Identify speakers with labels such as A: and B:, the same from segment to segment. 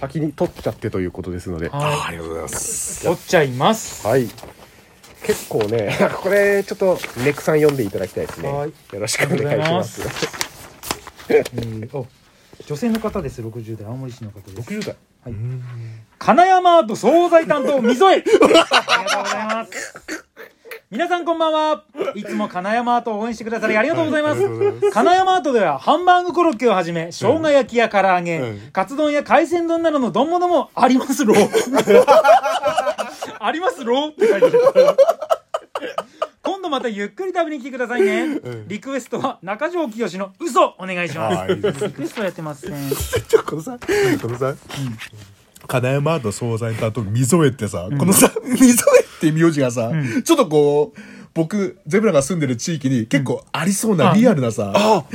A: 先に取っちゃってということですので。
B: はい
C: あありがとうございます。
B: 取っちゃいます。
A: はい。結構ね、 これちょっとネクさん読んでいただきたいですね。
B: はい
A: よろしくお願いします。
B: ありえーお女性の方です。60代青森市の方です。
A: 60代。
B: 金山部惣菜担当溝 江。ありがとうございます。皆さんこんばんは。いつも金山アートを応援してくださりありがとうございま。
C: はいありがとうございます
B: 金山アートではハンバーグコロッケをはじめ、生姜焼きや唐揚げ、
C: うん
B: カツ丼や海鮮丼などの丼物もあります ろう。ありますろうって書いてる。今度またゆっくり食べに来てくださいね。リクエストは中条清の嘘お願いします。
C: はいいいです
B: リクエストやってません。
C: ちょ、このさ、このさ、金山の惣菜とあと、溝江ってさ、このさ、溝江って名字がさ、ちょっとこう、僕、ゼブラが住んでる地域に結構ありそうな
B: うん
C: リアルなさ、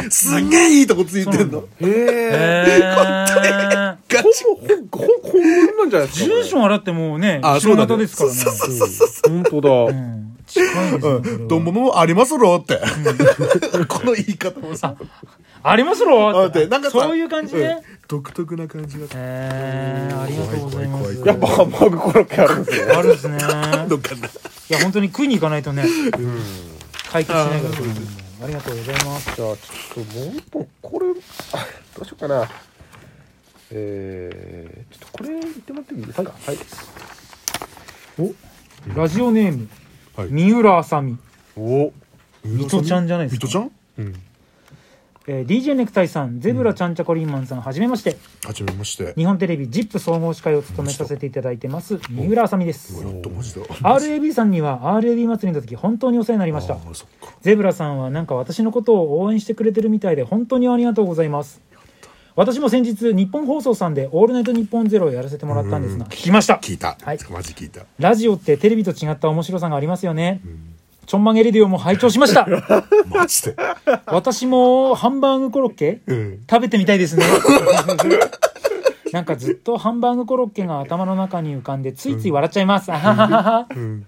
C: すんげえいいとこついてんの。
A: へえ。
B: えー
C: ガチ。
A: ほ、ほ、ほ、本物なんじゃないですか。
B: 住所あれってもうね、
C: あ
B: 下
C: そうだ
B: 型
C: ね
B: ですからね。
A: 本当だ。
B: うん近いですねこれは
C: どんものありますろって。 この言い方もさ、
B: ありますろ
C: あでなんかさ
B: そういう感じね。
C: 独特な感じが。
B: えー、ありがとうございま
C: 怖い怖い
B: す。
C: 怖い
A: やっぱハンバーグコロッケあるんですね。
B: あるんです ね。
C: のかない
B: や、本当に食いに行かないとね、解決しないからこれもうありがとうございます。
A: じゃあちょっともう一本これあどうしようかなえー、ちょっとこれ言ってもらってもいいですかはい、
B: ラジオネーム、
C: はい
B: 三浦あさみ。
A: お
C: ミ
B: トちゃんじゃないですか
C: ミトちゃん
B: えー DJ ネクタイさん、ゼブラちゃんちゃこりんまんさん、はじめまして。
C: はじめ まして。
B: 日本テレビ ZIP 総合司会を務めさせていただいてます、三浦あさみです。
C: やっとマジだ。
B: RAB さんには RAB 祭りの時本当にお世話になりました。
C: あそっか。
B: ゼブラさんはなんか私のことを応援してくれてるみたいで本当にありがとうございます私も先日日本放送さんで「オールナイトニッポンゼロをやらせてもらったんですが聞きました
C: 聞いた。
B: はい
C: マジ聞いた。
B: ラジオってテレビと違った面白さがありますよね、ちょんまげレディオも拝聴しました
C: マジで。
B: 私もハンバーグコロッケ
C: うん。
B: 食べてみたいですね なんかずっとハンバーグコロッケが頭の中に浮かんでついつい笑っちゃいます、あはははは
C: うん。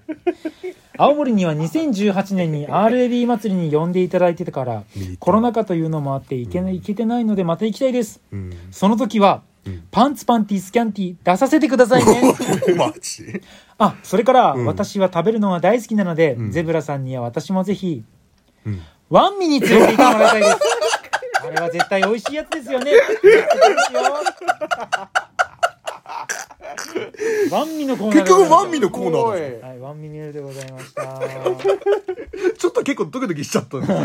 B: 青森には2018年に RAB 祭りに呼んでいただいてから
C: 見に行った
B: コロナ禍というのもあって行け,、行けてないのでまた行きたいです
C: うん。
B: その時は、パンツパンティスキャンティ出させてください ね
C: マジ
B: あそれから、
C: ん
B: 私は食べるのが大好きなので、
C: ん
B: ゼブラさんには私もぜひ、
C: うん
B: ワンミに連れて行ってもらいたいです あれは絶対美味しいやつですよねワンミのコーナーで
C: 結
B: ございました
C: 局ワンミのコーナーだ
A: おい
B: はいワンミメールでございました
C: ちょっと結構ドキドキしちゃったんですよ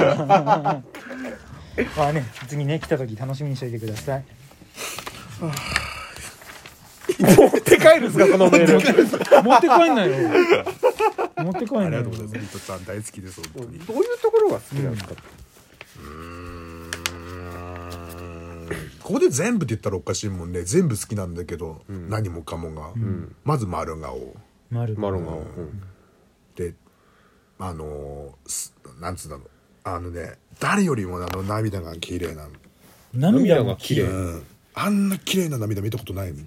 B: まあね、次ね、来た時楽しみにしておいてください。
A: 持って帰るんですかこ のメール
B: 持って帰んなよ。持って帰ん
C: あ
B: な
C: りが
B: よ
C: とう。ございます。ミトちゃん大好きです、本当に。
A: どういうところが好きなんですか、
C: ここで全部って言ったらおかしいもんね。全部好きなんだけど、何もかもが。まず丸顔。
B: 丸。
A: マロンが、うん
C: で、あのーす、なんつうんだろう。あのね、誰よりもあの涙が綺麗なの。
B: 涙が。
A: 綺
C: う
A: 麗
C: ん。あんな綺麗な涙見たことないのに。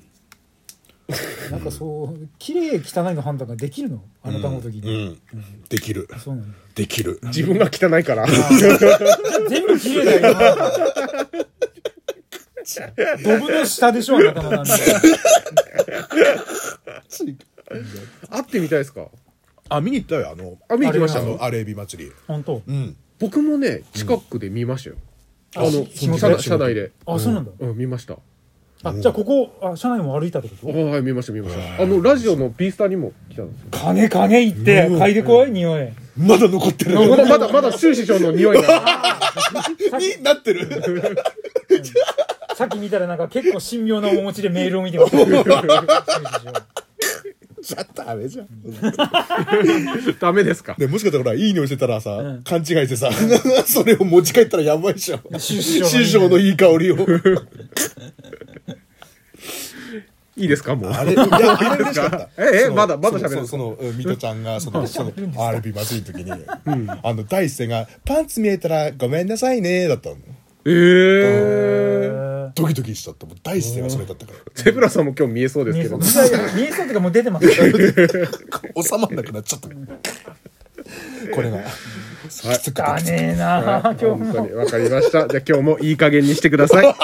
B: なんかそう、綺麗汚いの判断ができるのあなたの時
C: う
B: に。
C: ん。できる。
B: そうなの。
C: できる。
A: 自分が汚いから
B: 全部綺麗だよ今。ドブの下でしょあなたの涙。
A: 会ってみたいですか
C: あ、見に行ったよ、あの、
A: あ見に行きました
C: あの、アレビ祭り。
B: 本当。
C: うん。
A: 僕もね近くで見ましたよ、
B: あ
A: あの
B: し仕事
A: 車内車内で、
B: あ、そうなんだ。
A: うん、見ましたあ
B: あ、じゃあここ、あ、車内も歩いたってこ
A: はい見ました見ましたあのラジオの B スターにも来たんです よ
B: と影影行って、嗅いでこい、匂い。
C: まだ残ってる。
A: まだまだまだ周師匠の匂いが
C: になってる。
B: さっき見たらなんか結構神妙な面持ちでメールを見 てました。
C: じゃダメじゃん。
A: ダメですか
C: でもしかしたらほら、いい匂いしてたらさ、
B: ん
C: 勘違いしてさ、 それを持ち帰ったらやばいじゃん。
B: 師
C: 師匠のいい香りを。
A: いいですかもう
C: あれ、いや、あれ嬉しかった。
A: ええ
C: その
A: まだまだ喋る
C: その、その、うんミトちゃんが、その、その、RB 祭りの時に、あの、第一声が、パンツ見えたらごめんなさいね、だったの。
A: ええ
C: ドキドキしちゃった。もう第一声がそれだったから。
A: ゼブラさんも今日見えそうです
B: 見え
A: け
B: そ
A: ど
B: う。いやいや見え そうっていうかもう出てます。
C: 収まんなくなっちゃった。これが。きつくて
B: だねえな今日
A: 本当にわかりました。じゃあ今日もいい加減にしてください。はい